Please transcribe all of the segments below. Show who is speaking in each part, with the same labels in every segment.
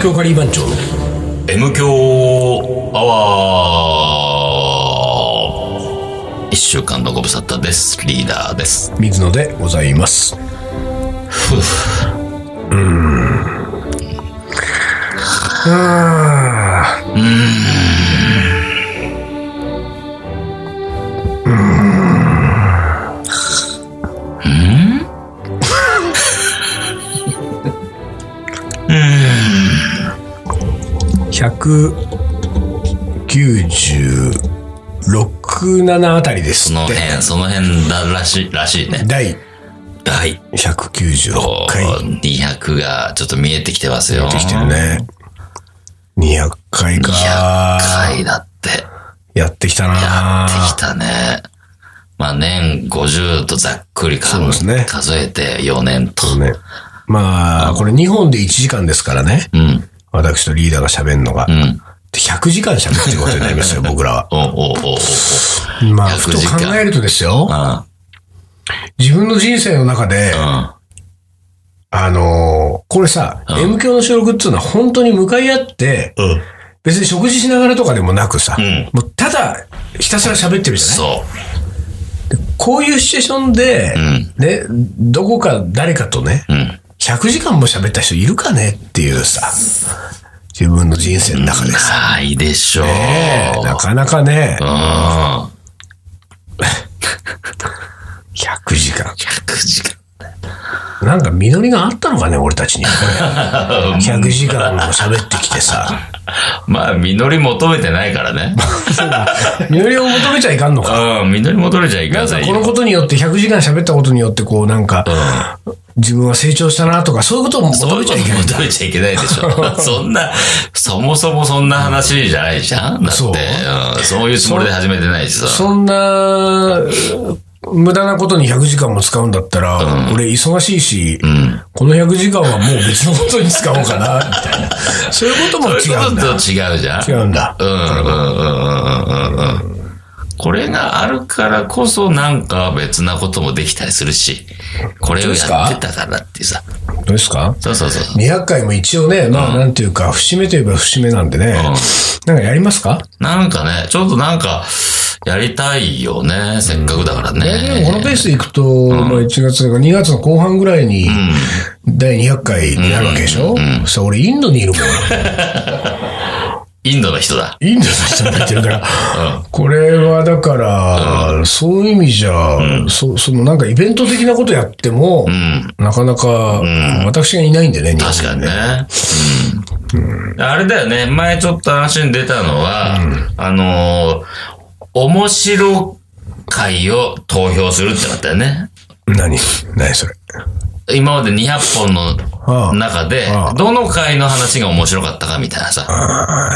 Speaker 1: 強カリー番長の
Speaker 2: M 強アワー一週間のご無沙汰です。リーダーです。
Speaker 1: 水野でございます
Speaker 2: ふぅ。
Speaker 1: あー196,7あたりで
Speaker 2: そ
Speaker 1: す
Speaker 2: の
Speaker 1: って。
Speaker 2: 辺、その辺だらしい、らしいね。
Speaker 1: 第
Speaker 2: はい。
Speaker 1: 196回。
Speaker 2: 200がちょっと見えてきてますよ。
Speaker 1: できてるね。200回
Speaker 2: 200
Speaker 1: か。
Speaker 2: 回だって。
Speaker 1: やってきたな
Speaker 2: やってきたね。まあ年50とざっくりか
Speaker 1: そうですね
Speaker 2: 数えて4年と。
Speaker 1: ね。まあ、これ2本で1時間ですからね。
Speaker 2: うん。
Speaker 1: 私とリーダーが喋るのが。
Speaker 2: うん。
Speaker 1: で100時間喋ってることになり ますよ、僕らは。
Speaker 2: おおおおお。
Speaker 1: まあ、ふ
Speaker 2: 100
Speaker 1: と
Speaker 2: 時間
Speaker 1: 考えるとですよ。
Speaker 2: あ
Speaker 1: 自分の人生の中で、
Speaker 2: あ。
Speaker 1: あのーこれさ、M 教の収録っていうのは本当に向かい合って、
Speaker 2: うん。うん。
Speaker 1: 別に食事しながらとかでもなくさ、
Speaker 2: うん
Speaker 1: もうただひたすら喋ってるじゃない
Speaker 2: そ
Speaker 1: こういうシチュエーションで、ね、どこか誰かとね、
Speaker 2: う。うん。
Speaker 1: 100時間も喋った人いるかねっていうさ、自分の人生の中でさ、
Speaker 2: ないでしょう。
Speaker 1: ねえなかなかね
Speaker 2: う、ん。
Speaker 1: 100時間。
Speaker 2: 100時間。
Speaker 1: なんか実りがあったのかね、俺たちに。100時間も喋ってきてさ、
Speaker 2: まあ、実り求めてないからね。
Speaker 1: 実りを求めちゃいかんのか。
Speaker 2: うん、実り求めちゃいけ
Speaker 1: な
Speaker 2: なん
Speaker 1: か
Speaker 2: さい
Speaker 1: こ
Speaker 2: よ。
Speaker 1: のことによって、100時間喋ったことによって、こうなんか、自分は成長したなとか、そういうことを求
Speaker 2: そうい
Speaker 1: め
Speaker 2: う
Speaker 1: ち
Speaker 2: こ
Speaker 1: ゃ
Speaker 2: と
Speaker 1: いけない。
Speaker 2: 求めちゃいけないでし ょ。そんな、そもそもそんな話じゃないじゃんだって、
Speaker 1: そう
Speaker 2: うん、そういうつもりで始めてないしさ。
Speaker 1: そんな、無駄なことに100時間も使うんだったら、俺忙しいし、この100時間はもう別のことに使おうかな、みたいな。そういうことも
Speaker 2: そういう
Speaker 1: 違う
Speaker 2: こ
Speaker 1: ん
Speaker 2: と
Speaker 1: だ。
Speaker 2: と違うじゃん。
Speaker 1: 違うんだ
Speaker 2: う。ん、うん、うん、うん、うん、うん。これがあるからこそなんか別なこともできたりするし、これをやってたからってさ。
Speaker 1: どうですか
Speaker 2: そうそうそう。
Speaker 1: 200回も一応ね、まあなんていうか、節目といえば節目なんでね、なんかやりますか
Speaker 2: なんかね、ちょっとなんか、やりたいよね。せっかくだから
Speaker 1: 大体でもこのペ
Speaker 2: ね。
Speaker 1: ースでいくと、まあ1月とか2月の後半ぐらいに、第200回になるわけでしょ、さあ俺インドにいるもん。
Speaker 2: インドの人だ。
Speaker 1: インドの人になってるから、これはだから、そういう意味じゃ、そそのなんかイベント的なことやっても、
Speaker 2: うん。
Speaker 1: なかなか、私がいないんでね、日本
Speaker 2: 確かにね。うん。あれだよね。前ちょっと話に出たのは、あのー、面白回を投票するってなったよね。
Speaker 1: 何何それ。
Speaker 2: 今まで200本の中で
Speaker 1: ああ、
Speaker 2: どの回の話が面白かったかみたいなさ。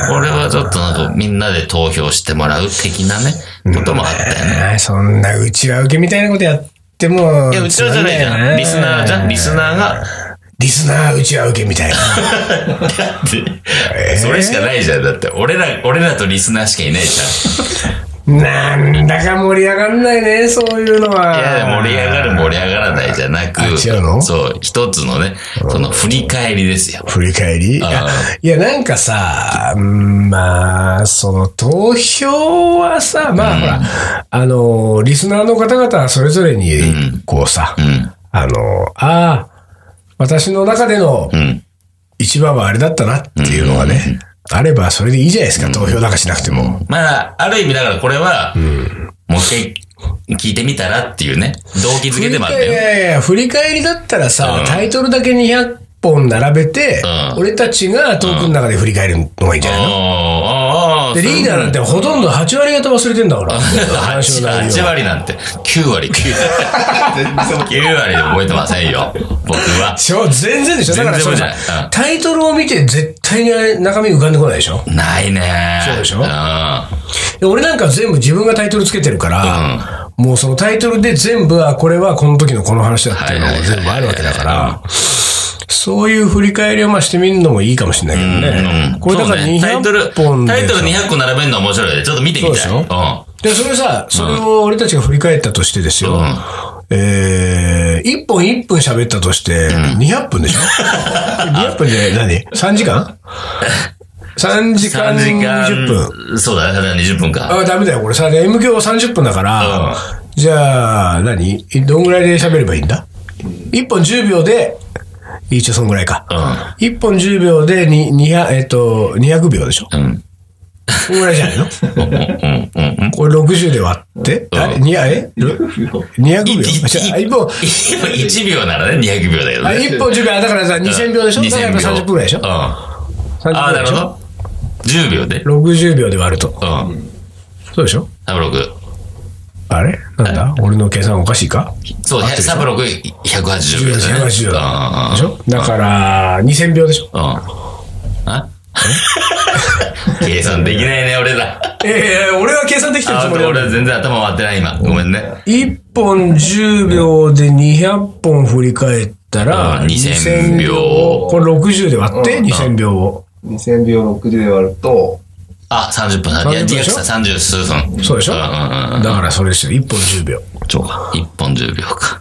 Speaker 2: これはちょっとなんかみんなで投票してもらう的なね、こともあったよね。
Speaker 1: あーそんな、うちは受けみたいなことやっても、
Speaker 2: いや、うちらじゃないじゃん。リスナーじゃん。リスナーが。
Speaker 1: リスナー、うちは受けみたいな。
Speaker 2: だって、それしかないじゃん。だって、俺ら、俺らとリスナーしかいないじ
Speaker 1: なんだか盛り上がんないね、そういうのは。
Speaker 2: ゃん。いや、盛り上がる盛り上がらないじゃなく、
Speaker 1: 違うの
Speaker 2: そう、一つのね、その振り返りですよ。
Speaker 1: 振り返りいやいや、なんかさ、うんまあ、その投票はさ、まあほら、あの、リスナーの方々はそれぞれに、こうさ、
Speaker 2: うん。
Speaker 1: あの、ああ、私の中での
Speaker 2: ん
Speaker 1: 一番はあれだったなっていうのがね、あればそれでいいじゃないですか、投票なんかしなくても。
Speaker 2: まあ、ある意味だからこれは、もう一回聞いてみたらっていうね、動機づけでもあった
Speaker 1: い
Speaker 2: よ。
Speaker 1: やいやいや、振り返りだったらさ、タイトルだけ200本並べて、
Speaker 2: うん
Speaker 1: 俺たちがトークの中で振り返るのがいいんじゃ
Speaker 2: あ
Speaker 1: ないの、
Speaker 2: あああ、
Speaker 1: で、リーダーなんてほとんど8割方忘れてんだ から。話の内
Speaker 2: 8
Speaker 1: 容。
Speaker 2: 割なんて、9割、9割。9割 でも覚えてませんよ。僕は。
Speaker 1: そう全然でしょだからその
Speaker 2: 全然覚えてないうん
Speaker 1: タイトルを見て絶対に中身浮かんでこないでしょ
Speaker 2: ないね
Speaker 1: そうでしょ
Speaker 2: うん。
Speaker 1: で俺なんか全部自分がタイトルつけてるから、もうそのタイトルで全部、あ、これはこの時のこの話だっていうのが全部あるわけだから、そういう振り返りをまあしてみるのもいいかもしれないけどね。これだから
Speaker 2: そうねタイトル
Speaker 1: 200本でさ。
Speaker 2: タイトル200個並べるの面白いよねちょっと見てみたい。
Speaker 1: そうでしょ
Speaker 2: ん
Speaker 1: で、それさ、それを俺たちが振り返ったとしてですよ。
Speaker 2: うん
Speaker 1: えー、1本1分喋ったとして、200分で しょ ?200 分で何 ?3 時間 ?3 時間
Speaker 2: 3時間。
Speaker 1: 20分。
Speaker 2: そうだね、3時間20分か。
Speaker 1: あ、ダメだよ、これ。さ、M 響30分だから、じゃあ、何どんぐらいで喋ればいいんだ ?1 本10秒で、一応そんぐらいか。1本10秒でに、にや、えっと、200秒でしょ
Speaker 2: うん。うん。
Speaker 1: こんぐらいじゃないの
Speaker 2: うん。うん。うん。うん。
Speaker 1: これ60で割って、あれ、にや、え ?200 秒じゃあ、1本、
Speaker 2: 1秒ならね、200秒だけど
Speaker 1: あ、
Speaker 2: ね。
Speaker 1: 1本10秒、だからさ、2000秒でしょだからやっぱ30分ぐらいでしょ
Speaker 2: うん。ああ、
Speaker 1: 30
Speaker 2: な
Speaker 1: 分
Speaker 2: る
Speaker 1: でし
Speaker 2: ほ
Speaker 1: ょ
Speaker 2: ど。10秒で。
Speaker 1: ?60 秒で割ると。
Speaker 2: うん。
Speaker 1: そうでしょ
Speaker 2: サブロク。
Speaker 1: あれなんだ俺の計算おかしいか
Speaker 2: そう、サブロク180
Speaker 1: ?10 秒
Speaker 2: 秒
Speaker 1: で
Speaker 2: だね。
Speaker 1: 180秒
Speaker 2: うん
Speaker 1: でしょだから、2000秒でしょ
Speaker 2: うん。あ計算できないね、俺ら。
Speaker 1: ええ、俺は計算できてるつ
Speaker 2: あ、
Speaker 1: もり
Speaker 2: 俺
Speaker 1: だ。
Speaker 2: は全然頭回ってない、今。ごめんね。
Speaker 1: 1本10秒で200本振り返ったら、
Speaker 2: うん2000秒
Speaker 1: をこれ60で割って、2000秒を。
Speaker 3: 2000秒60で割ると、
Speaker 2: あ、30分。いや、
Speaker 1: 30分でしょ
Speaker 2: DX さん30数分。
Speaker 1: そうでしょ
Speaker 2: ん
Speaker 1: だ
Speaker 2: うんうん。
Speaker 1: からそれですよ。1本10秒。
Speaker 2: そうか。1本10秒か。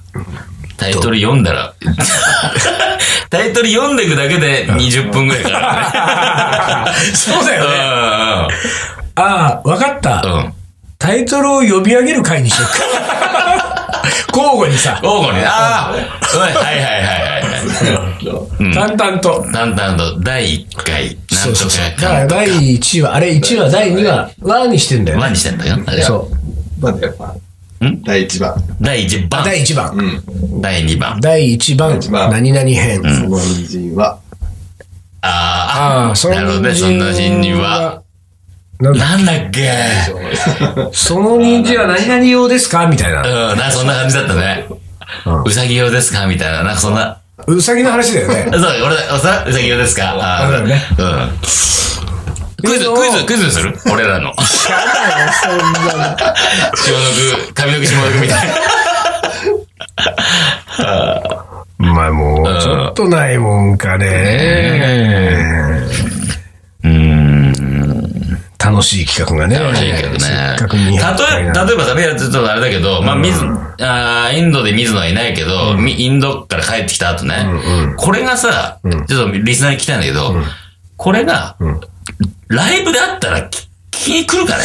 Speaker 2: タイトル読んだら、タイトル読んでいくだけで20分ぐらいかか
Speaker 1: そうだ
Speaker 2: る
Speaker 1: よね。
Speaker 2: ね。
Speaker 1: ああ、わかった。
Speaker 2: うんうんうん。うん。
Speaker 1: タイトルを呼び上げる回に しようか。交互にさ、
Speaker 2: 交互にね。ああはいはいはいはいはい。
Speaker 1: 淡々と。
Speaker 2: 淡々と第1回、な
Speaker 1: そ
Speaker 2: ん
Speaker 1: う
Speaker 2: と
Speaker 1: そうそう。だ
Speaker 2: か
Speaker 1: か
Speaker 2: からんとか
Speaker 1: 第1話、あれ1話、第2話、ワーにしてんだよ
Speaker 2: 輪
Speaker 1: ね。
Speaker 2: にしてんだよ。あれは
Speaker 1: そう。
Speaker 3: まだやっぱ
Speaker 2: ん、
Speaker 3: 第1番。
Speaker 2: 第1番、
Speaker 1: 第1番。
Speaker 2: 第2番。
Speaker 1: 第1番、
Speaker 3: 一番
Speaker 1: 何々編。
Speaker 3: その隣人は、
Speaker 2: あーあ、
Speaker 1: そ
Speaker 2: なるほどね。そんな人には。、
Speaker 1: なんだ
Speaker 2: なんだっけ
Speaker 1: その人参は何々用ですかみたいな。
Speaker 2: うん、な、そんな感じだったね。うさぎ用ですかみたいな。なんかそんな。
Speaker 1: うさぎの話だよね。
Speaker 2: そう、俺、おさ、うさぎ用ですかあ
Speaker 1: そうだよね
Speaker 2: うん。クイズ、クイズ、クイズする俺 らの。
Speaker 1: 知らないよそんなの
Speaker 2: 下の句、上の句、下の句みたいな。
Speaker 1: お前も
Speaker 2: ん
Speaker 1: う、ちょっとないもんかね。楽しい企画がね。
Speaker 2: 楽しいけどね。
Speaker 1: せっかく
Speaker 2: 例え
Speaker 1: 200回な
Speaker 2: ば、例えばさ、いや、ちょっとあれだけど、まあ、水、あーインドで水野はいないけど、みインドから帰ってきた後ね、これがさ、ちょっとリスナーに聞きたいんだけど、これが、ライブであったら、き聞きに来るかね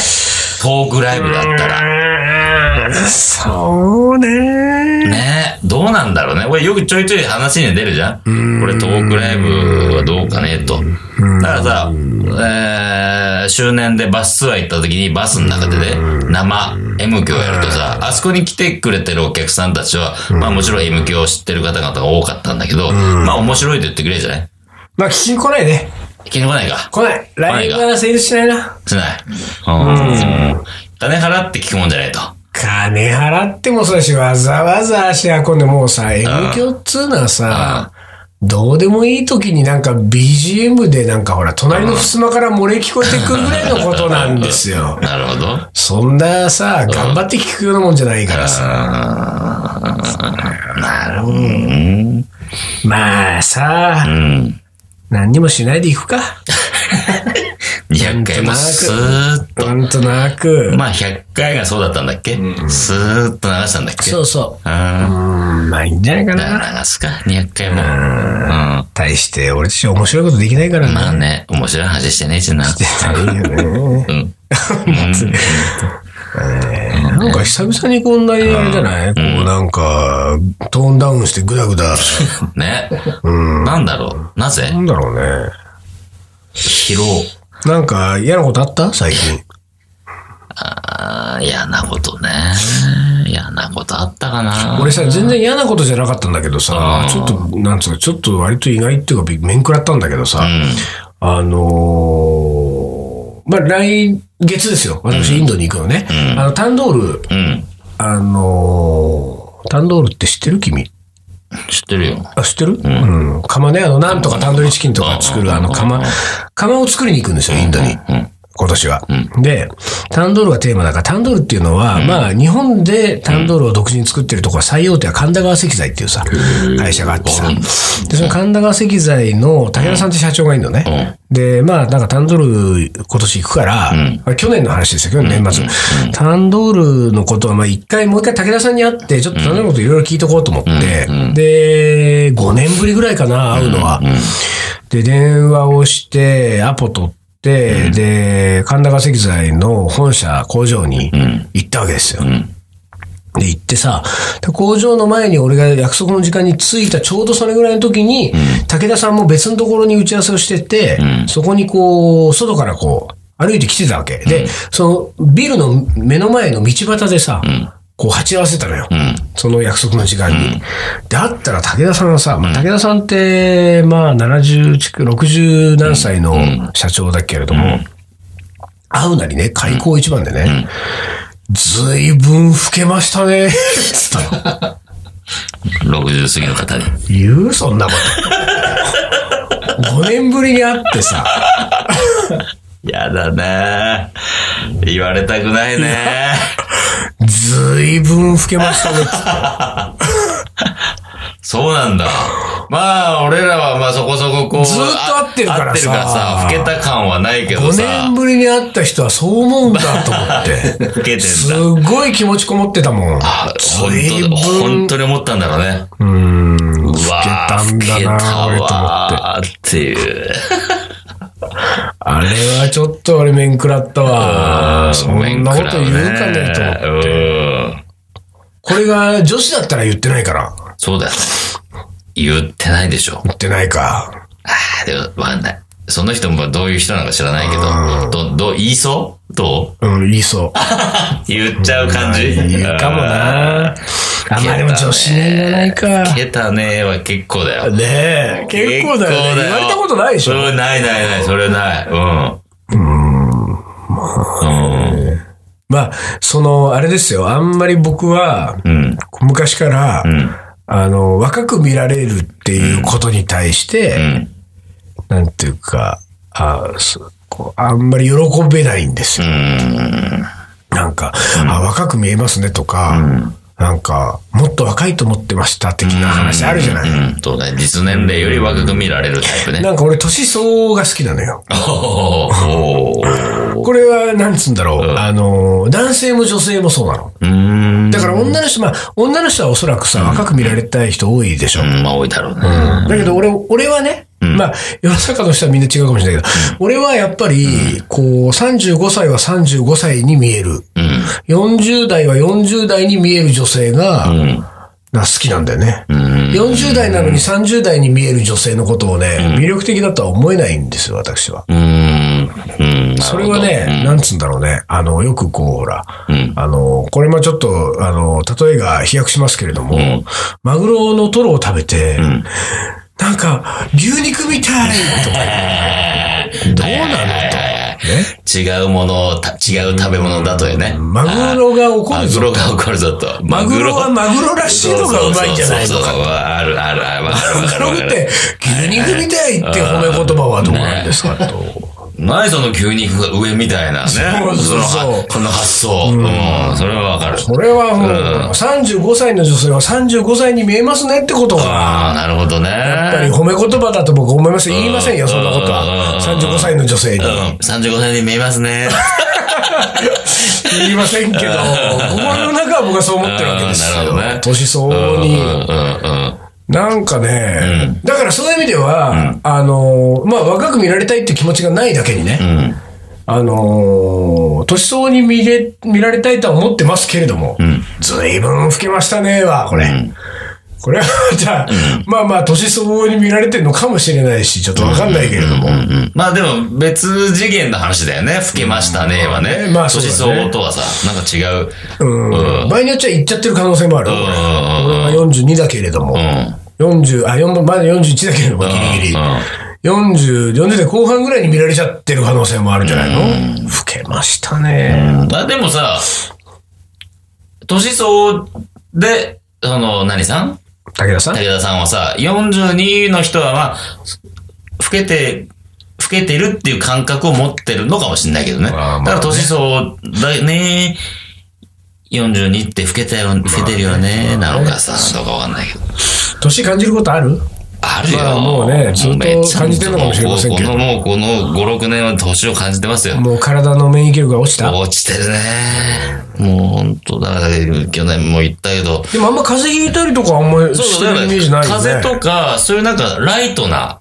Speaker 2: トークライブだったら。
Speaker 1: そうね。
Speaker 2: ねえ、どうなんだろうね。俺よくちょいちょい話に出るじゃんこれトークライブはどうかねと。だからさ、えー、周年でバスツアー行った時にバスの中でね、生 M 響やるとさ、あそこに来てくれてるお客さんたちは、まあもちろん M 響を知ってる方々が多かったんだけど、まあ面白いと言ってくれるじゃない
Speaker 1: まあ、聞きに来ないね。
Speaker 2: 聞きに来ないか。
Speaker 1: 来ない。ライブは成立しないな。
Speaker 2: しない。うん。金払って聞くもんじゃないと。
Speaker 1: 金払ってもそうだし、わざわざ足運んで、もうさ、M 響っつうのはさ、どうでもいい時になんか BGM でなんかほら、隣の襖から漏れ聞こえてくるぐらいのことなんですよ。
Speaker 2: なるほど。
Speaker 1: そんなさ、頑張って聞くようなもんじゃないからさ。
Speaker 2: なるほど。うん。
Speaker 1: まあさ、何にもしないでいくか。
Speaker 2: 200回もスーッ
Speaker 1: なんとなく。
Speaker 2: まあ、100回がそうだったんだっけ、スーッと流したんだっけ。
Speaker 1: そううそ
Speaker 2: ん。
Speaker 1: う。うん、まあいいんじゃないか
Speaker 2: だ
Speaker 1: な。
Speaker 2: から流すか、200回も。うん。
Speaker 1: 大して俺たち面白いことできないから
Speaker 2: ま
Speaker 1: な。
Speaker 2: あね、面白い話してねえしな。
Speaker 1: いいよね。
Speaker 2: うん。
Speaker 1: なんか久々にこんなにあれじゃない、こうなんか、トーンダウンしてグダグダ。
Speaker 2: ね。なんだろう。なぜ
Speaker 1: なんだろうね。
Speaker 2: 疲労。
Speaker 1: なんか嫌なことあった最近。
Speaker 2: あー嫌なことね。嫌なことあったかな。
Speaker 1: 俺さ、全然嫌なことじゃなかったんだけどさ、ちょっと、なんつうか、ちょっと割と意外っていうかび、面食らったんだけどさ、あのーまあ、来月ですよ。私、インドに行くのね。あの、タンドール、
Speaker 2: うん。
Speaker 1: あのータンドールって知ってる君。
Speaker 2: 知ってるよ。
Speaker 1: あ、知ってるうん。釜ね、あの、なんとかタンドリーチキンとか作る、あの、釜、釜を作りに行くんですよ、インドに。今年は。で、タンドールがテーマだから、タンドールっていうのは、まあ、日本でタンドールを独自に作ってるところは最大手は神田川石材っていうさ、会社があってさ、で、その神田川石材の武田さんって社長がいるのね。で、まあ、なんかタンドール今年行くから、あれ去年の話ですよ、去年の年末。タンドールのことは、まあ、一回、もう一回武田さんに会って、ちょっとタンドールのこといろいろ聞いとこうと思って、で、5年ぶりぐらいかな、会うのは。で、電話をして、アポ取って、で、神田川石材の本社、工場に行ったわけですよ。で、行ってさ、で工場の前に俺が約束の時間に着いたちょうどそれぐらいの時に、武田さんも別のところに打ち合わせをしてて、そこにこう、外からこう、歩いてきてたわけ。で、そのビルの目の前の道端でさ、こう鉢合わせたのよ。その約束の時間に。で、あったら武田さんはさ、まあ、武田さんって、まあ、70近く、60何歳の社長だけれども、会うなりね、開口一番でね、ずいぶん老けましたね、つったの。
Speaker 2: 60過ぎの方に。
Speaker 1: 言うそんなこと。5年ぶりに会ってさ、
Speaker 2: やだねー言われたくないね ー
Speaker 1: ずいぶん老けましたね、つって
Speaker 2: そうな んだ。まあ、俺らはまあそこそここう。
Speaker 1: ずーっと会ってるからさ
Speaker 2: あ合ってるからさ、老けた感はないけど
Speaker 1: 5
Speaker 2: さ。
Speaker 1: 年ぶりに会った人はそう思うんだと思っ
Speaker 2: 老けて
Speaker 1: て。
Speaker 2: ん
Speaker 1: す
Speaker 2: だ。
Speaker 1: っごい気持ちこもってたもん。
Speaker 2: 本
Speaker 1: 随
Speaker 2: 当
Speaker 1: 分
Speaker 2: だ本当に思ったんだろうね。
Speaker 1: うーん、老
Speaker 2: う
Speaker 1: け
Speaker 2: わ
Speaker 1: た
Speaker 2: ー
Speaker 1: んだ
Speaker 2: 老けた
Speaker 1: な、俺と思って。
Speaker 2: わーっていう。
Speaker 1: あれはちょっと俺面食らったわ。そんなこと言うかねと思って。
Speaker 2: うん。
Speaker 1: これが女子だったら言ってないから。
Speaker 2: そうだよね。言ってないでしょ。
Speaker 1: 言ってないか。
Speaker 2: あーでも、わかんない。その人もどういう人なのか知らないけど、ど、どう、言いそうどう
Speaker 1: うん、言いそう。
Speaker 2: 言っちゃう感じ
Speaker 1: 言うかもな。あ、まあでも女子年がないか。ね
Speaker 2: けたねは結構だよ。
Speaker 1: え、結構だよね。言われたことないでしょ。
Speaker 2: うん、ないないない、それない。うん。うん。
Speaker 1: まあ、その、あれですよ。あんまり僕は、
Speaker 2: うん。
Speaker 1: 昔から、
Speaker 2: ん
Speaker 1: あの、若く見られるっていうことに対して、
Speaker 2: うん。
Speaker 1: なんていうか、あそうこうあんまり喜べないんですよ。なんか、あ、若く見えますねとか、なんか、もっと若いと思ってました的な話あるじゃない。
Speaker 2: うん。そうだね。実年齢より若く見られるタイプね。
Speaker 1: なんか俺、年相応が好きなのよ。
Speaker 2: おお
Speaker 1: これは、なんつうんだろう。あの、男性も女性もそうなの。
Speaker 2: うーん。
Speaker 1: だから女の人、まあ、女の人はおそらくさ、若く見られたい人多いでしょ。
Speaker 2: うん、まあ多いだろうね。
Speaker 1: だけど俺、俺はね、まあ、世の中の人はみんな違うかもしれないけど、俺はやっぱり、こう、35歳は35歳に見える。40代は40代に見える女性が、な好きなんだよね。40代なのに30代に見える女性のことをね、魅力的だとは思えないんですよ、私は。
Speaker 2: うーん。うん。
Speaker 1: それはね、なんつうんだろうね。あの、よくこう、ほら、あの、これもちょっと、あの、例えが飛躍しますけれども、マグロのトロを食べて、なんか、牛肉みたいと か、どうなのと。ね
Speaker 2: 違うものをた、違う食べ物だとよね。
Speaker 1: マグロが怒
Speaker 2: マ
Speaker 1: る
Speaker 2: グ
Speaker 1: ぞ。
Speaker 2: ロが起こるぞと。
Speaker 1: マグロはマグロらしいのがうまいんじゃないの
Speaker 2: そうそうそう
Speaker 1: か。
Speaker 2: そうあるあるある。わかる
Speaker 1: マ
Speaker 2: わか
Speaker 1: グ
Speaker 2: る
Speaker 1: ロ
Speaker 2: わ
Speaker 1: っ
Speaker 2: かる
Speaker 1: て、牛肉みたいって褒め言葉はどうなんですかと。
Speaker 2: 何その牛肉が上みたいなね。
Speaker 1: そうそうそう
Speaker 2: のこの発想。うん。それはわかる。
Speaker 1: これはもう、35歳の女性は35歳に見えますねってことが。
Speaker 2: ああ、なるほどね。
Speaker 1: やっぱり褒め言葉だと僕思います。言いませんよ、そんなことは。
Speaker 2: うん
Speaker 1: 35歳の女性に。
Speaker 2: うん。35歳に見えますね。
Speaker 1: 言いませんけど、心の中は僕はそう思ってるわけです
Speaker 2: うんなるほ
Speaker 1: よ
Speaker 2: どね。
Speaker 1: 年相応
Speaker 2: うんうん
Speaker 1: に。
Speaker 2: うん。
Speaker 1: なんかね、だからそういう意味では、あの、まあ若く見られたいっていう気持ちがないだけにね、あの、年相応に見れ、見られたいとは思ってますけれども、ずいぶん老けましたねは、これ。これは、じゃあ、まあまあ、年相応に見られてるのかもしれないし、ちょっとわかんないけれども。
Speaker 2: まあでも別次元の話だよね。老けましたねはね。
Speaker 1: うんまあそうだ
Speaker 2: 年
Speaker 1: ね
Speaker 2: 相応とはさ、なんか違う。
Speaker 1: うん場合によっちゃ行っちゃってる可能性もある。俺は42だけれども。40、あ、4まだ41だけれども、ギリギリ。40、40で後半ぐらいに見られちゃってる可能性もあるんじゃないの老けましたね。
Speaker 2: あでもさ、年相応で、その、何さん
Speaker 1: 武田さん
Speaker 2: 武田さんはさ、42の人はまあ、老けて、老けてるっていう感覚を持ってるのかもしれないけどね。だ
Speaker 1: まあまあ
Speaker 2: か
Speaker 1: ね
Speaker 2: ら年相だね、42って老けたよ、老けてるよね、なのかさ、どうかわかんないけど。
Speaker 1: 年感じることある
Speaker 2: あるよ。
Speaker 1: まあもうねずっと
Speaker 2: めちゃ
Speaker 1: 感じてるのかもしれませんけど
Speaker 2: この、もうこの5、6年は年を感じてますよ。
Speaker 1: もう体の免疫力が落ちた
Speaker 2: 落ちてるね。もう本当だから、去年も言ったけど、
Speaker 1: でもあんま風邪ひいたりとかあんまりして
Speaker 2: そうだ
Speaker 1: る
Speaker 2: か
Speaker 1: イ
Speaker 2: ら
Speaker 1: メージないよね。
Speaker 2: 風とか、そういうなんかライトな、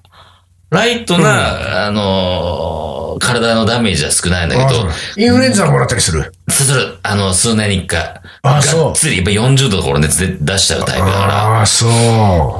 Speaker 2: ライトな、あのー体のダメージは少ないんだ
Speaker 1: あ
Speaker 2: け
Speaker 1: そう
Speaker 2: ど
Speaker 1: だ、インフルエンザもらったりする。
Speaker 2: する、あの、数年に一回。
Speaker 1: あそう
Speaker 2: がっつり、やっぱ40度の頃熱で出しちゃうタイプだか
Speaker 1: ああ、そう。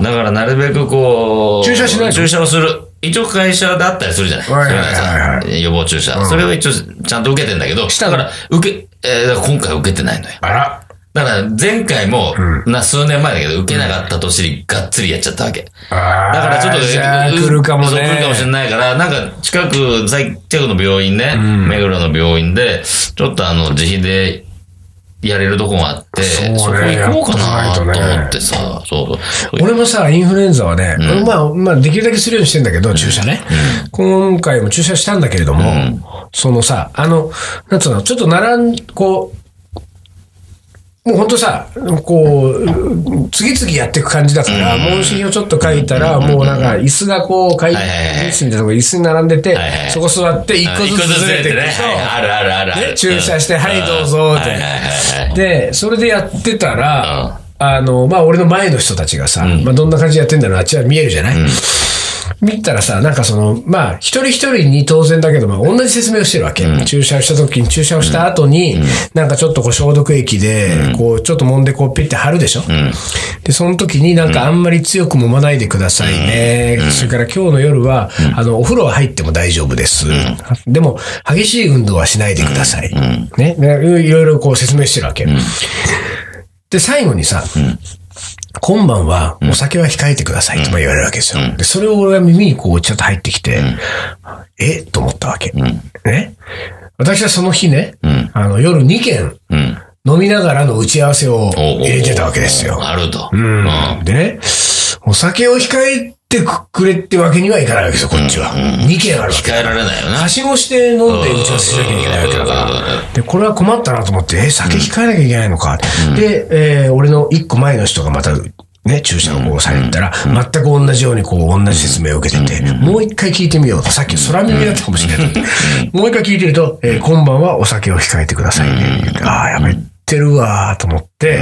Speaker 2: ら。だからなるべくこう、
Speaker 1: 注射しないの
Speaker 2: 注射をする。一応会社だったりするじゃない,、
Speaker 1: はいはいはいはい
Speaker 2: それがさ予防注射、それを一応ちゃんと受けてんだけど、
Speaker 1: した
Speaker 2: だ
Speaker 1: の
Speaker 2: から、受け、えーだから今回受けてないのよ。
Speaker 1: あら。
Speaker 2: だから前回も、な数年前だけど、受けなかった年にがっつりやっちゃったわけ。
Speaker 1: あ
Speaker 2: だからちょっと、
Speaker 1: ーじゃあ
Speaker 2: う
Speaker 1: 来るかも
Speaker 2: そう
Speaker 1: ね。
Speaker 2: 来るかもしれないから、なんか近く、在近くの病院ね、目黒の病院で、ちょっとあの、自費で、やれるとこがあって、
Speaker 1: そうね
Speaker 2: そこ行こうか
Speaker 1: や
Speaker 2: な
Speaker 1: っ
Speaker 2: と
Speaker 1: とか
Speaker 2: 思
Speaker 1: ないとね
Speaker 2: ってさ、そうそう。
Speaker 1: 俺もさ、インフルエンザはね、まあ、まあ、できるだけするようにしてんだけど、注射ね。今回も注射したんだけれども、
Speaker 2: ん
Speaker 1: そのさ、あの、なんつうの、ちょっと並ん、こう、もうほんとさ、こう、次々やっていく感じだから、問診をちょっと書いたら、もうなんか、椅子がこう、会議
Speaker 2: はいはいはい
Speaker 1: 室みたいなとこ、椅子に並んでて
Speaker 2: はいはいは、い
Speaker 1: そこ座って、一
Speaker 2: あ
Speaker 1: 個ずつずれていく
Speaker 2: ね。
Speaker 1: と、
Speaker 2: はいあるあるあるある。
Speaker 1: ね注射して
Speaker 2: ん
Speaker 1: はいどうぞって
Speaker 2: はいはいはいはい
Speaker 1: で、それでやってた
Speaker 2: う
Speaker 1: ら
Speaker 2: ん、
Speaker 1: あの、まあ、俺の前の人たちがさ、まあ、どんな感じでやってんだろう、あっちは見えるじゃない、見たらさ、なんかその、まあ、一人一人に当然だけど、まあ、同じ説明をしてるわけ。注射をした時に、注射をした後に、なんかちょっとこう消毒液で、こう、ちょっと揉んでこう、ピッて貼るでしょ、で、その時になんかあんまり強く揉まないでくださいね。それから今日の夜は、あの、お風呂は入っても大丈夫です。でも、激しい運動はしないでください。ね。でいろいろこう説明してるわけ。で、最後にさ、今晩はお酒は控えてくださいとか言われるわけですよ。で、それを俺は耳にこうちょっと入ってきて、えと思ったわけ。ね。私はその日ね、あの、夜2軒
Speaker 2: うん。
Speaker 1: 飲みながらの打ち合わせを
Speaker 2: おうおうおう
Speaker 1: 入れてたわけですよ。
Speaker 2: あると。
Speaker 1: うん
Speaker 2: うん
Speaker 1: でね、お酒を控えてくれってわけにはいかないわけですよ、こっちは。2軒あるわけ。
Speaker 2: 控えられないよな
Speaker 1: は。しごして飲んで打ち合わせしなきゃいけないわけだから。で、これは困ったなと思って、え、酒控えなきゃいけないのか。で、えー俺の一個前の人がまた、ね、注射をこうされたら、全く同じようにこう、同じ説明を受けてて、もう一回聞いてみようと。さっき空耳だったかもしれないと思って。もう一回聞いてると、えー今晩はお酒を控えてくださいね。ああ、やめてるわーと思って、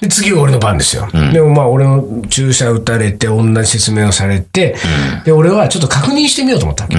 Speaker 1: で、次は俺の番ですよ。でもまあ、俺の注射打たれて、同じ説明をされて、で、俺はちょっと確認してみようと思ったわけ。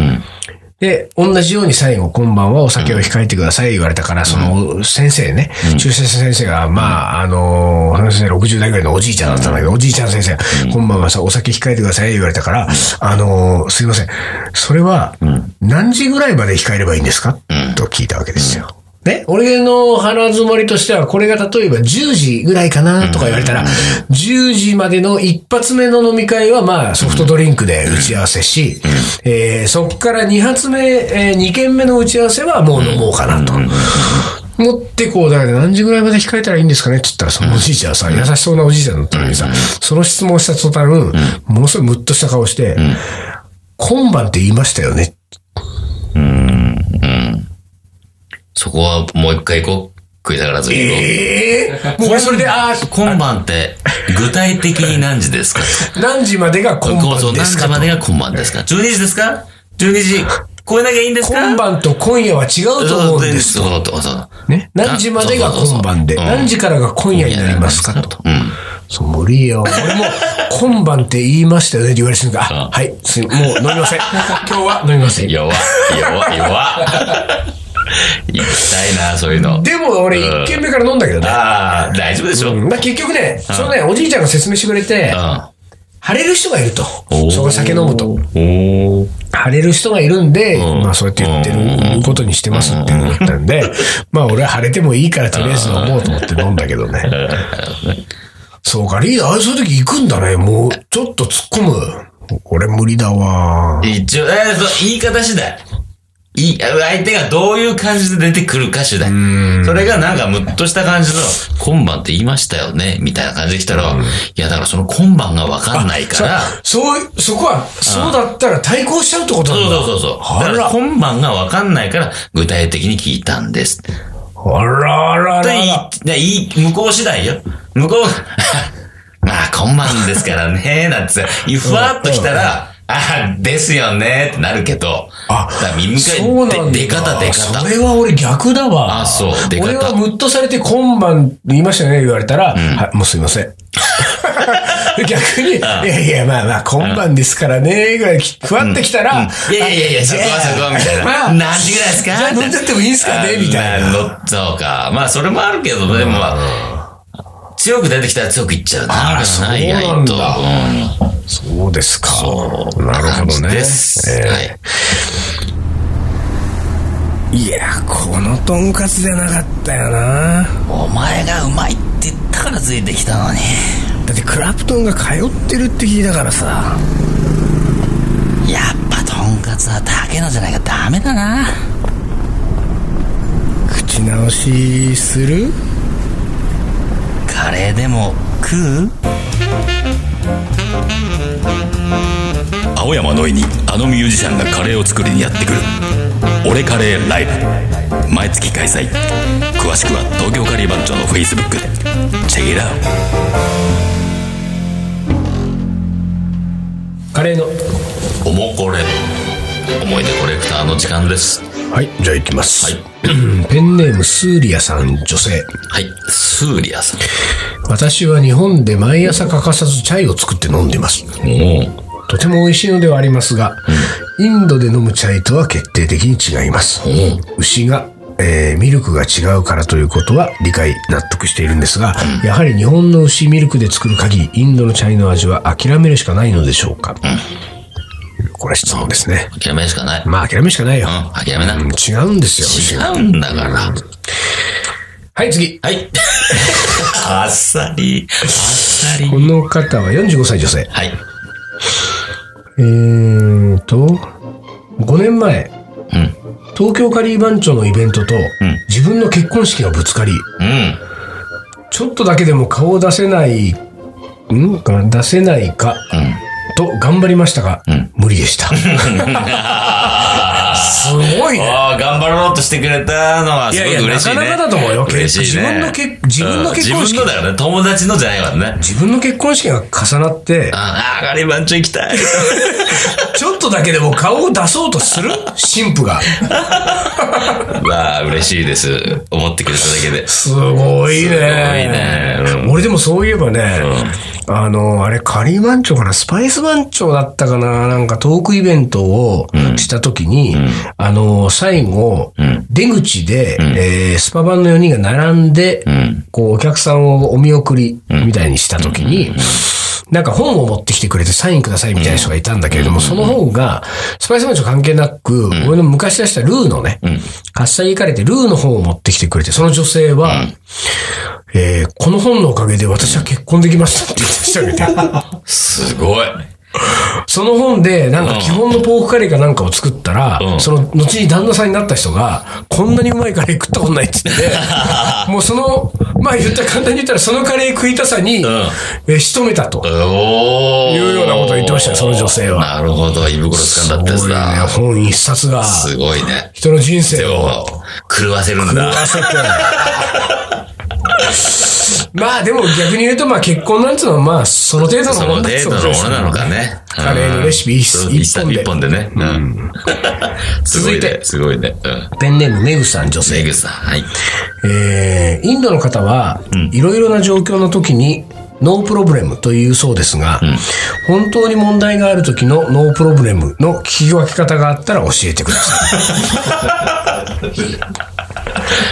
Speaker 1: で、同じように最後、今晩はお酒を控えてください言われたから、その先生ね、注射先生が、まあ、あの、あの先生60代ぐらいのおじいちゃんだったんだけど、おじいちゃん先生、今晩はさ、お酒控えてください言われたから、あの、すいません、それは、何時ぐらいまで控えればいいんですかと聞いたわけですよ。ね、俺の鼻づもりとしては、これが例えば10時ぐらいかなとか言われたら、10時までの一発目の飲み会は、まあ、ソフトドリンクで打ち合わせし、えーそっから2発目、え2軒目の打ち合わせはもう飲もうかなと。持ってこう、だから何時ぐらいまで控えたらいいんですかねって言ったら、そのおじいちゃんはさ、優しそうなおじいちゃんだったのにさ、その質問をした途端、ものすごいムッとした顔して、今晩って言いましたよね。
Speaker 2: そこはもう一回行こう。食いながらずっと。
Speaker 1: ええー、もう俺それで、ああ、
Speaker 2: 今晩って、具体的に何時で すか
Speaker 1: 何時までが今
Speaker 2: こうそ
Speaker 1: 晩
Speaker 2: う
Speaker 1: で
Speaker 2: 何
Speaker 1: す
Speaker 2: 時ま
Speaker 1: か
Speaker 2: でが今晩ですか ?12 時ですか ?12 時超えなきゃいいんですか
Speaker 1: 今晩と今夜は違うと思うんです。
Speaker 2: そうそうそうそう。
Speaker 1: ね、何時までが今晩で、
Speaker 2: そうそうそう
Speaker 1: 何時からが今夜になりますかと。
Speaker 2: うん。
Speaker 1: そう、森よ。俺も、今晩って言いましたよねって言われてるから、あはい、すいもう飲み ません。今日は飲みません。
Speaker 2: 弱っ、弱っ、弱っ。行きたいな、そういうの。
Speaker 1: でも俺、一軒目から飲んだけどね。
Speaker 2: ああ、大丈夫でしょ。うん。
Speaker 1: まあ結局ね、そのね、おじいちゃんが説明してくれて、腫れる人がいると。そこ酒飲むと。
Speaker 2: おー。
Speaker 1: 腫れる人がいるんで、
Speaker 2: うん
Speaker 1: まあそうやって言ってることにしてますって思ったんで、まあ俺は腫れてもいいからとりあえず飲もうと思って飲んだけどね。そうか、リーダー、ああいうそういう時行くんだね。もうちょっと突っ込む。俺無理だわ。
Speaker 2: 一応、えーそう言い方次第。いい、相手がどういう感じで出てくるか次第。それがなんかムッとした感じの、今晩って言いましたよね、みたいな感じで来たら、いやだからその今晩がわかんないから、
Speaker 1: そう、そこは、そうだったら対抗しちゃうってこと
Speaker 2: そう
Speaker 1: なんだ。
Speaker 2: そうそうそう。
Speaker 1: あ
Speaker 2: だから
Speaker 1: ら、
Speaker 2: 今晩がわかんないから、具体的に聞いたんです。
Speaker 1: あらあらあらあ
Speaker 2: でい
Speaker 1: ら。
Speaker 2: い、でいい、向こう次第よ。向こうが、 まあ、今晩ですからね、 なんてさ、ふわっと来たら、ああ、ですよね、ってなるけど、
Speaker 1: あ
Speaker 2: だから見向かい
Speaker 1: そうなんだ。
Speaker 2: で出方出方
Speaker 1: そ。れは俺逆だわ。
Speaker 2: あそう出方
Speaker 1: 俺はムッとされて今晩言いましたよね、言われたら、はい、もうすいま せん。逆に、いやいや、まあまあ、今晩ですからね、ぐらいき、ふわってきたら、
Speaker 2: いやいやいやいや、そこはそこは、みたい
Speaker 1: まあ
Speaker 2: な。何時ぐらいですか
Speaker 1: じゃあ乗っちゃってもいいですかねみたいな
Speaker 2: あ乗っそうか。まあ、それもあるけど、でもまあ、強く出てきたら強くいっちゃうな。
Speaker 1: あら
Speaker 2: そう
Speaker 1: そうなんだ
Speaker 2: うん
Speaker 1: そうですか。なるほ
Speaker 2: 感
Speaker 1: ど
Speaker 2: じ
Speaker 1: ね。
Speaker 2: です。
Speaker 1: えー
Speaker 2: はい。
Speaker 1: いや、このとんかつじゃなかったよな。
Speaker 2: お前がうまいって言ったからついてきたのに。
Speaker 1: だってクラプトンが通ってるって聞いたからさ。
Speaker 2: やっぱとんかつは竹野じゃないかダメだな。
Speaker 1: 口直しする
Speaker 2: カレーでも食う
Speaker 4: 青山のいにあのミュージシャンがカレーを作りにやってくる「俺カレーライブ」毎月開催詳しくは東京カリー番長のフェイスブックでチェックイラー
Speaker 1: カレーの。
Speaker 2: おもこれ。思い出コレクターの時間です。
Speaker 1: はい、じゃあ行きます。
Speaker 2: はい。
Speaker 1: ペンネームスーリアさん、女性。
Speaker 2: はい。スーリアさん。
Speaker 1: 私は日本で毎朝欠かさずチャイを作って飲んでいます。
Speaker 2: おう
Speaker 1: とても美味しいのではありますが、インドで飲むチャイとは決定的に違います。牛が、えーミルクが違うからということは理解、納得しているんですが、やはり日本の牛ミルクで作る限り、インドのチャイの味は諦めるしかないのでしょうか、これは質問ですね。
Speaker 2: 諦めるしかない。うん、
Speaker 1: まあ諦めるしかないよ。
Speaker 2: 諦めな。
Speaker 1: うん違うんですよ、牛が
Speaker 2: 違うんだから。
Speaker 1: はい、次。
Speaker 2: はい。 あっさり。あっさり。
Speaker 1: この方は45歳女性。
Speaker 2: はい。
Speaker 1: えーと、5年前、
Speaker 2: うん。
Speaker 1: 東京カリー番長のイベントと、自分の結婚式がぶつかり、
Speaker 2: うん。
Speaker 1: ちょっとだけでも顔を出せない、んか出せないか、と頑張りましたが、無理でした。 すごい ね。
Speaker 2: ああ、頑張ろうとしてくれたのはいす
Speaker 1: や
Speaker 2: ご
Speaker 1: い
Speaker 2: く
Speaker 1: や、な
Speaker 2: 嬉し
Speaker 1: か
Speaker 2: いね。
Speaker 1: なかだと思うよ。
Speaker 2: 嬉しい
Speaker 1: 自
Speaker 2: ね。
Speaker 1: 分の結自分の結婚式
Speaker 2: うん自分のだよね。友達のじゃないわね。
Speaker 1: 自分の結婚式が重なって、
Speaker 2: ああ、ガリバンチョ行 きたい。
Speaker 1: ちょっとだけでも顔を出そうとする新婦が。
Speaker 2: まあ、嬉しいです。思ってくれただけ で。
Speaker 1: すごいね。
Speaker 2: すごいね
Speaker 1: 俺でもそういえばね、あの、あれ、カリー番長かな、スパイス番長だったかな、なんかトークイベントをしたときに、あの、最後、出口で、えースパ番の4人が並んで、こう、お客さんをお見送りみたいにしたときに、なんか本を持ってきてくれてサインくださいみたいな人がいたんだけれども、その本が、スパイスマンチョ関係なく、俺の昔出したルーのね、喝采行かれてルーの本を持ってきてくれて、その女性は、えーこの本のおかげで私は結婚できましたって言ってたわけ で
Speaker 2: すごい。
Speaker 1: その本で、なんか基本のポークカレーかなんかを作ったら、
Speaker 2: うん
Speaker 1: その後に旦那さんになった人が、こんなにうまいカレー食ったことないって 言って、もうその、まあ言ったら簡単に言ったらそのカレー食いたさに、えー仕留めたと。
Speaker 2: おー。
Speaker 1: いうようなことを言ってましたよその女性は
Speaker 2: なるほど。胃袋掴んだってやつだ。
Speaker 1: すごいね本一冊が、
Speaker 2: すごいね。
Speaker 1: 人の人生を。
Speaker 2: を狂わせるんだ。
Speaker 1: まあでも逆に言うと、まあ結婚なんていうのは、まあその程度
Speaker 2: そ
Speaker 1: のも
Speaker 2: の
Speaker 1: んだって
Speaker 2: デートのものなのかね。
Speaker 1: カレーのレシピ一
Speaker 2: うん
Speaker 1: 一本で
Speaker 2: 一本でね。うん。 すご
Speaker 1: 続い
Speaker 2: いね。
Speaker 1: て
Speaker 2: すごいね。うん。
Speaker 1: ペンネームメグさん女
Speaker 2: メ
Speaker 1: 性。
Speaker 2: グさん。はい。
Speaker 1: えー、インドの方は、いろいろな状況の時に、ノープロブレムというそうですが、本当に問題がある時のノープロブレムの聞き分け方があったら教えてください。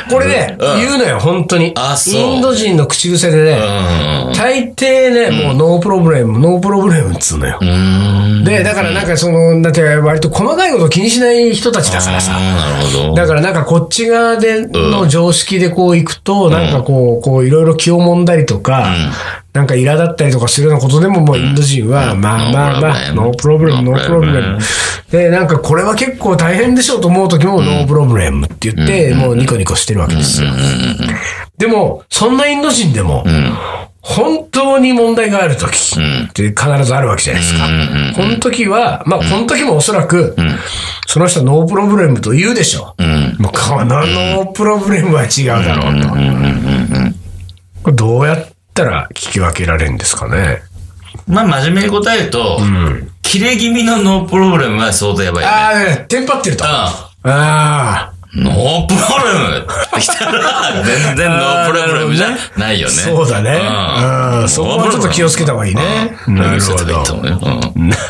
Speaker 1: これね、言うのよ、本当に。
Speaker 2: あそう
Speaker 1: インド人の口癖でね、
Speaker 2: うん。
Speaker 1: 大抵ね、もうノープロブレム、ノープロブレムっつうのよ。で、だからなんかその、だって割と細かいこと気にしない人たちだからさ。
Speaker 2: あーなるほど。
Speaker 1: だからなんかこっち側での常識でこう行くと、なんかこう、こういろいろ気を揉んだりとか、なんか苛立ったりとかするようなことでも、もうインド人は、まあまあまあ、ノ
Speaker 2: no
Speaker 1: ープロブレ
Speaker 2: problem
Speaker 1: ム、ノープロブレム
Speaker 2: no problem。
Speaker 1: で、なんかこれは結構大変でしょうと思う時も、ノープロブレムって言って、もうニコニコしてるわけですよ。でも、そんなインド人でも、本当に問題がある時って必ずあるわけじゃないですか。この時は、まあこの時もおそらく、その人はノープロブレムと言うでしょう。もうこのノープロブレムは違うだろうと。これどうやったら聞き分けられるんですかね。
Speaker 2: まあ、真面目に答えると、切れ気味のノープロブレムは相当やばいよね。
Speaker 1: ああ、テンパってると。ああ、
Speaker 2: ノープロブレムって来たら、全然ノープロブレムじゃないよね。
Speaker 1: そうだね。うん。そこはちょっと気をつけた方がいいね。なるほど。
Speaker 2: ど。
Speaker 1: な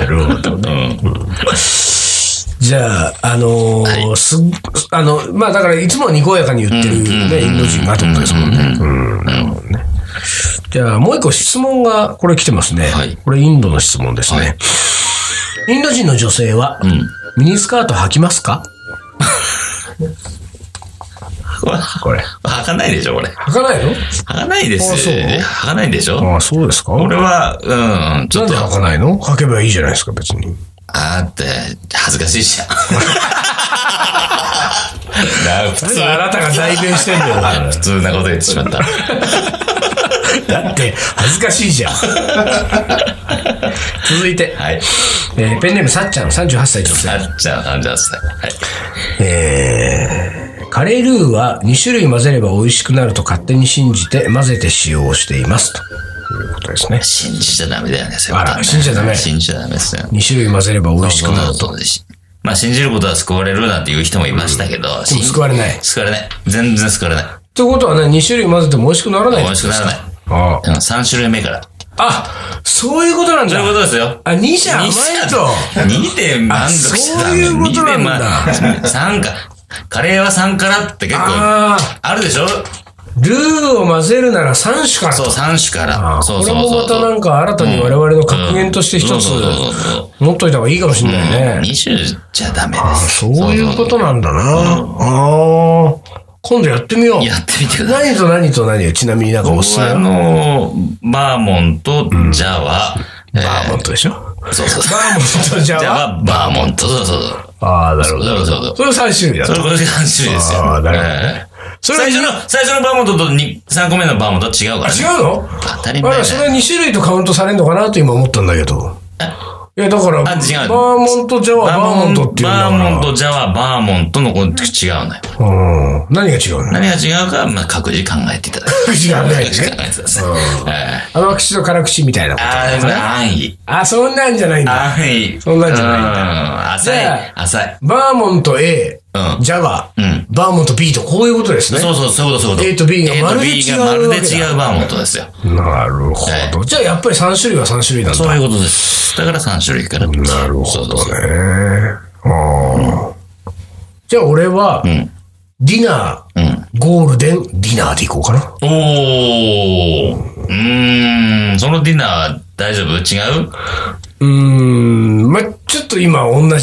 Speaker 1: るほどね。 じゃあ、あのーすっあの、まあだからいつもはにこやかに言ってるね、インド人がってことですもんね。うん、なるほどね。じゃあ、もう一個質問が、これ来てますね。
Speaker 2: はい
Speaker 1: これインドの質問ですね。インド人の女性は、ミニスカート履きますかこれ。
Speaker 2: はかないでしょ、これ。は
Speaker 1: 履かないの
Speaker 2: かないです
Speaker 1: あそう
Speaker 2: よ。はかないでしょ。
Speaker 1: ああ、そうですか
Speaker 2: 俺は、うん、ちょ
Speaker 1: なん
Speaker 2: っと
Speaker 1: で、履かないの履けばいいじゃないですか、別に。
Speaker 2: あーって、恥ずかし いじゃん。な普通
Speaker 1: あなたが代弁してんだよ。
Speaker 2: あ普通なこと言ってしまった。
Speaker 1: だって、恥ずかしいじゃん。続いて、
Speaker 2: はい。
Speaker 1: えーペンネームさっちゃん、38歳女性。
Speaker 2: あっちゃん、あっちゃんですね。はい。
Speaker 1: えーカレールーは2種類混ぜれば美味しくなると勝手に信じて混ぜて使用しています。ということですね。
Speaker 2: 信じちゃダメだよね、そういうことはね
Speaker 1: あら信じちゃダメ
Speaker 2: 信じちゃダメですよ。
Speaker 1: 2種類混ぜれば美味しくなると。
Speaker 2: そうですまあ、信じることは救われるなんていう人もいましたけど、
Speaker 1: でも救われない。っ
Speaker 2: 救われない。全然救われない。
Speaker 1: てことはね、2種類混ぜても美味しくならない
Speaker 2: 美味しくならない。
Speaker 1: ああ
Speaker 2: うん、3種類目から。
Speaker 1: あ、そういうことなん
Speaker 2: そう
Speaker 1: だ
Speaker 2: いう。ことですよ。
Speaker 1: あ、2じゃ甘いと。
Speaker 2: 2点満足しちゃ
Speaker 1: あ
Speaker 2: ダメ。
Speaker 1: そういうことなんだ
Speaker 2: 3か。カレーは3からって結構、
Speaker 1: ああ、
Speaker 2: あるでしょ
Speaker 1: ルーを混ぜるなら3種から
Speaker 2: そう、3種か
Speaker 1: あ
Speaker 2: ら。
Speaker 1: ー
Speaker 2: そう
Speaker 1: これ
Speaker 2: そう
Speaker 1: も
Speaker 2: そう
Speaker 1: また
Speaker 2: そう。
Speaker 1: なんか新たに我々の格言として一
Speaker 2: うん
Speaker 1: つ
Speaker 2: そうそうそうそ
Speaker 1: 持っといた方がいいかもしれないね。
Speaker 2: 2種じゃダメ
Speaker 1: あ
Speaker 2: です。
Speaker 1: そういうことなんだな。ああ、今度やってみよう。
Speaker 2: やってみてください。
Speaker 1: 何と何と何よ。ちなみになんかおすす
Speaker 2: 僕
Speaker 1: め
Speaker 2: はあ
Speaker 1: は
Speaker 2: の、バーモンとジャワ、えー
Speaker 1: バーモントでし ょバーモン
Speaker 2: そうそうそう。
Speaker 1: トとジャ
Speaker 2: ジャ
Speaker 1: ワ。
Speaker 2: ワ、バーモント、そうそうそう。
Speaker 1: ああ、なるほ
Speaker 2: そうそうそう
Speaker 1: ど。。それを3種類だ
Speaker 2: それこれが3種類ですよ。
Speaker 1: ああなるほどね
Speaker 2: ええ
Speaker 1: それは
Speaker 2: 最初の、最初のバーモントとに3個目のバーモントは違うからね。
Speaker 1: 違うの
Speaker 2: 当たり
Speaker 1: あ
Speaker 2: 前だ
Speaker 1: ら、
Speaker 2: よ
Speaker 1: それ2種類とカウントされんのかなと今思ったんだけど。いや、だから、バ
Speaker 2: あ違う
Speaker 1: ーモントジャワ、バ
Speaker 2: バ
Speaker 1: ーモ
Speaker 2: ー
Speaker 1: ン
Speaker 2: モ
Speaker 1: ト
Speaker 2: ン
Speaker 1: って
Speaker 2: ト、
Speaker 1: いうん
Speaker 2: バーモ
Speaker 1: だ
Speaker 2: ン
Speaker 1: か
Speaker 2: ト、ジャワ、バーモントのこれ違うのよ。
Speaker 1: ら。うん。何が違うの
Speaker 2: 何が違うかは、まあ、各自考えていただいて。
Speaker 1: 各自考えてね
Speaker 2: 各自考えてください。ええ
Speaker 1: 甘口と辛口みたいなこと。
Speaker 2: ああ、でもね、安易。
Speaker 1: あ、そんなんじゃないんだ。
Speaker 2: 安易。
Speaker 1: そんなんじゃないん
Speaker 2: うん。
Speaker 1: じ
Speaker 2: 浅
Speaker 1: ゃ
Speaker 2: い。浅い。
Speaker 1: バーモント A、
Speaker 2: うん
Speaker 1: ジャガ
Speaker 2: うん
Speaker 1: バーモント B とこういうことですね。
Speaker 2: そうそう、そういうこと、そういうこと。
Speaker 1: A と B がまるで
Speaker 2: A と B
Speaker 1: 違う
Speaker 2: がまるで
Speaker 1: わけだ
Speaker 2: 違うバーモントですよ。
Speaker 1: なるほど。じゃあやっぱり3種類は3種類なんだ。
Speaker 2: そういうことです。だから3種類から。なるほど。そうそうそう。
Speaker 1: ねあーじゃあ俺は、
Speaker 2: ん
Speaker 1: ディナー、
Speaker 2: うん。
Speaker 1: ゴールデン、ディナーでいこうかな。
Speaker 2: おー。うーん、そのディナー大丈夫違う
Speaker 1: うーん、まあ、ちょっと今同じのイメージ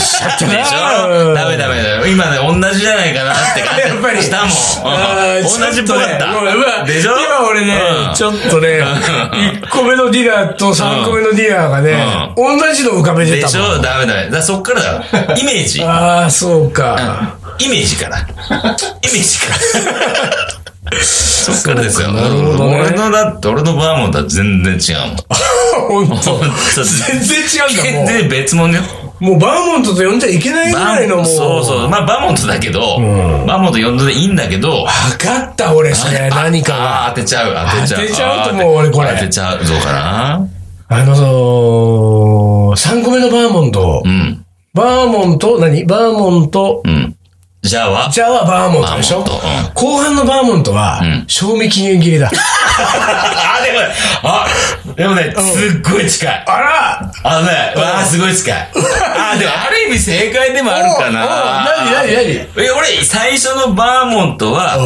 Speaker 1: しちゃった
Speaker 2: で
Speaker 1: な。
Speaker 2: しょダメダメだよ。今ね、同じじゃないかなって感じ
Speaker 1: やっぱり
Speaker 2: したもん
Speaker 1: あー
Speaker 2: うん。同じっぽかっ
Speaker 1: ちょと
Speaker 2: た。
Speaker 1: ねうわ
Speaker 2: でしょ
Speaker 1: 今俺ね、
Speaker 2: うん
Speaker 1: ちょっとね、1個目のディナーと3個目のディナーがね、同じの浮かべて
Speaker 2: で
Speaker 1: た
Speaker 2: し
Speaker 1: もん。
Speaker 2: ょダメダメ。だからそっからだ よ。イメージ。イメ
Speaker 1: ああ、そうか。
Speaker 2: ージから。イメージ から。そっからですよ。
Speaker 1: そうかなるほどね
Speaker 2: 俺のだって、俺のバーモントは全然違うもん。
Speaker 1: 本当
Speaker 2: 本当
Speaker 1: 全然違うん
Speaker 2: 全
Speaker 1: だも
Speaker 2: 然別物よ。
Speaker 1: う。もうバーモントと呼んじゃいけないぐらいのもう。
Speaker 2: そうそう。まあ、バーモントだけど、バーモント呼んでいいんだけど、
Speaker 1: わかった、俺、それ、何かが。
Speaker 2: あー当てちゃう、当てちゃう。
Speaker 1: 当てちゃうと
Speaker 2: あー
Speaker 1: 思う俺これ
Speaker 2: 当てちゃう。どうかな
Speaker 1: あの、その、3個目のバーモント
Speaker 2: う。ん。
Speaker 1: バーモント、何バーモント、
Speaker 2: うん。じゃあは、
Speaker 1: じゃあバーモントでしょ
Speaker 2: バーモントうん
Speaker 1: 後半のバーモントは
Speaker 2: ん、
Speaker 1: 賞味期限切れだ。
Speaker 2: あ、でもね、あ、でもね、すっごい近い。
Speaker 1: あら
Speaker 2: あのね、わあ、すごい 近い。あ、でもある意味正解でもあるか
Speaker 1: おうおう
Speaker 2: な。
Speaker 1: 何何何
Speaker 2: え、俺、最初のバーモント
Speaker 1: おう
Speaker 2: は、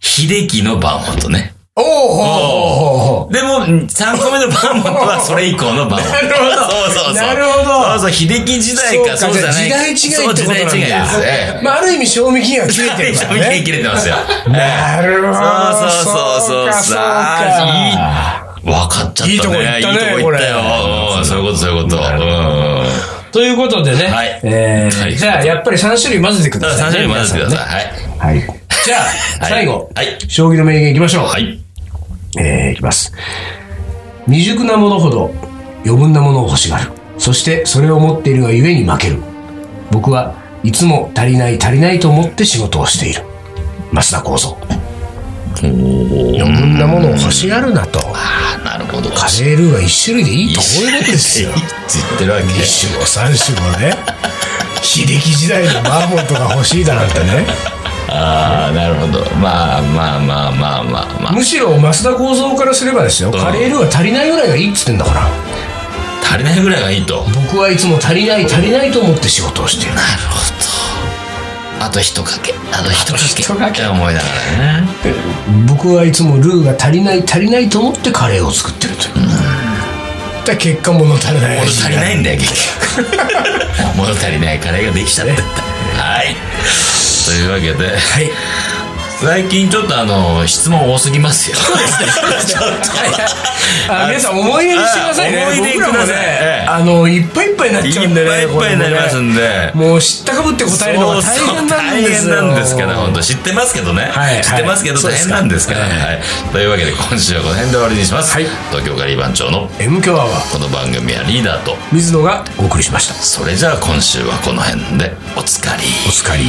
Speaker 2: 秀樹のバーモントね。
Speaker 1: おーほーほーほーほ
Speaker 2: でも、3個目のバーモント はそれ以降のバーモント。
Speaker 1: なるほど
Speaker 2: そうそうそう。
Speaker 1: なるほど
Speaker 2: そうそう、秀樹時代か、
Speaker 1: そ
Speaker 2: そうう
Speaker 1: か
Speaker 2: じゃないか。
Speaker 1: じゃあ時代違いってことなんだ
Speaker 2: そう時代違いですね
Speaker 1: ー。まあ、ある意味賞味期限が切れて
Speaker 2: め
Speaker 1: るか
Speaker 2: ちゃ
Speaker 1: ら
Speaker 2: めちゃ
Speaker 1: ね。
Speaker 2: 切れてますよ。
Speaker 1: なるほど。
Speaker 2: そうそうそうそう。
Speaker 1: かそう
Speaker 2: あ
Speaker 1: か。
Speaker 2: 分かっちゃったね。
Speaker 1: いいとこ行ったね
Speaker 2: いいとこ行ったよ
Speaker 1: こ。
Speaker 2: うんそういうこと、そういうこと。うん。
Speaker 1: ということでね、
Speaker 2: はい
Speaker 1: えー
Speaker 2: はい
Speaker 1: じゃあやっぱり3種類混ぜてく
Speaker 2: た
Speaker 1: だ
Speaker 2: だ
Speaker 1: さい、
Speaker 2: 3
Speaker 1: ね。
Speaker 2: 種類混ぜてくだ
Speaker 1: 皆
Speaker 2: さい。はい。
Speaker 1: さい。はい。じゃあ、
Speaker 2: はい
Speaker 1: 最後、
Speaker 2: はい
Speaker 1: 将棋の名言いきましょう。
Speaker 2: はい。
Speaker 1: えーいきます。未熟なものほど余分なものを欲しがる。そしてそれを持っているがゆえに負ける。僕はいつも足りない足りないと思って仕事をしている。増田幸三。余分なものを欲しがるなと。
Speaker 2: ああ、なるほど。
Speaker 1: カレールーは一種類でいいとこういうことですよ。
Speaker 2: いいって言ってるわけ。
Speaker 1: 一種も三種もね。秀樹時代のマーモントが欲しいだなんてね。
Speaker 2: ああ、なるほど。まあまあまあまあまあまあ。
Speaker 1: むしろ増田幸三からすればですよ。カレールーは足りないぐらいがいいっつってんだから。
Speaker 2: 足りないぐらいがいいと。
Speaker 1: 僕はいつも足りない足りないと思って仕事をしている
Speaker 2: なるほど。あと一かけ。あと一
Speaker 1: あ
Speaker 2: かけ。
Speaker 1: と一かけ
Speaker 2: って思いながらね。
Speaker 1: 僕はいつもルーが足りない足りないと思ってカレーを作ってるという、だ結果物足りない
Speaker 2: 物足りないんだよ、結局。 物足りないカレーができちゃってった。はい。というわけで、
Speaker 1: はい
Speaker 2: 最近ちょっとあの、質問多すぎますよ。ちょっと。
Speaker 1: あ皆さん思い出にしてくださいね
Speaker 2: あ思い出
Speaker 1: 僕
Speaker 2: ください
Speaker 1: らもね、
Speaker 2: ええ
Speaker 1: あのいっぱいいっぱいになっちゃうんでね
Speaker 2: いっぱいいっぱいになりますんで
Speaker 1: これもねもう知ったかぶって答えるのが大変なんですよ
Speaker 2: そうそう大変なんですから、本当知ってますけどね。
Speaker 1: はいはい
Speaker 2: 知ってますけど大変なんですから。
Speaker 1: そうですか
Speaker 2: はい。というわけで、今週はこの辺で終わりにします。
Speaker 1: はい
Speaker 2: 東京カリー番長の
Speaker 1: M 強アワー
Speaker 2: この番組はリーダーと、
Speaker 1: 水野がお送りしました
Speaker 2: それじゃあ今週はこの辺でおつかり。
Speaker 1: お疲れ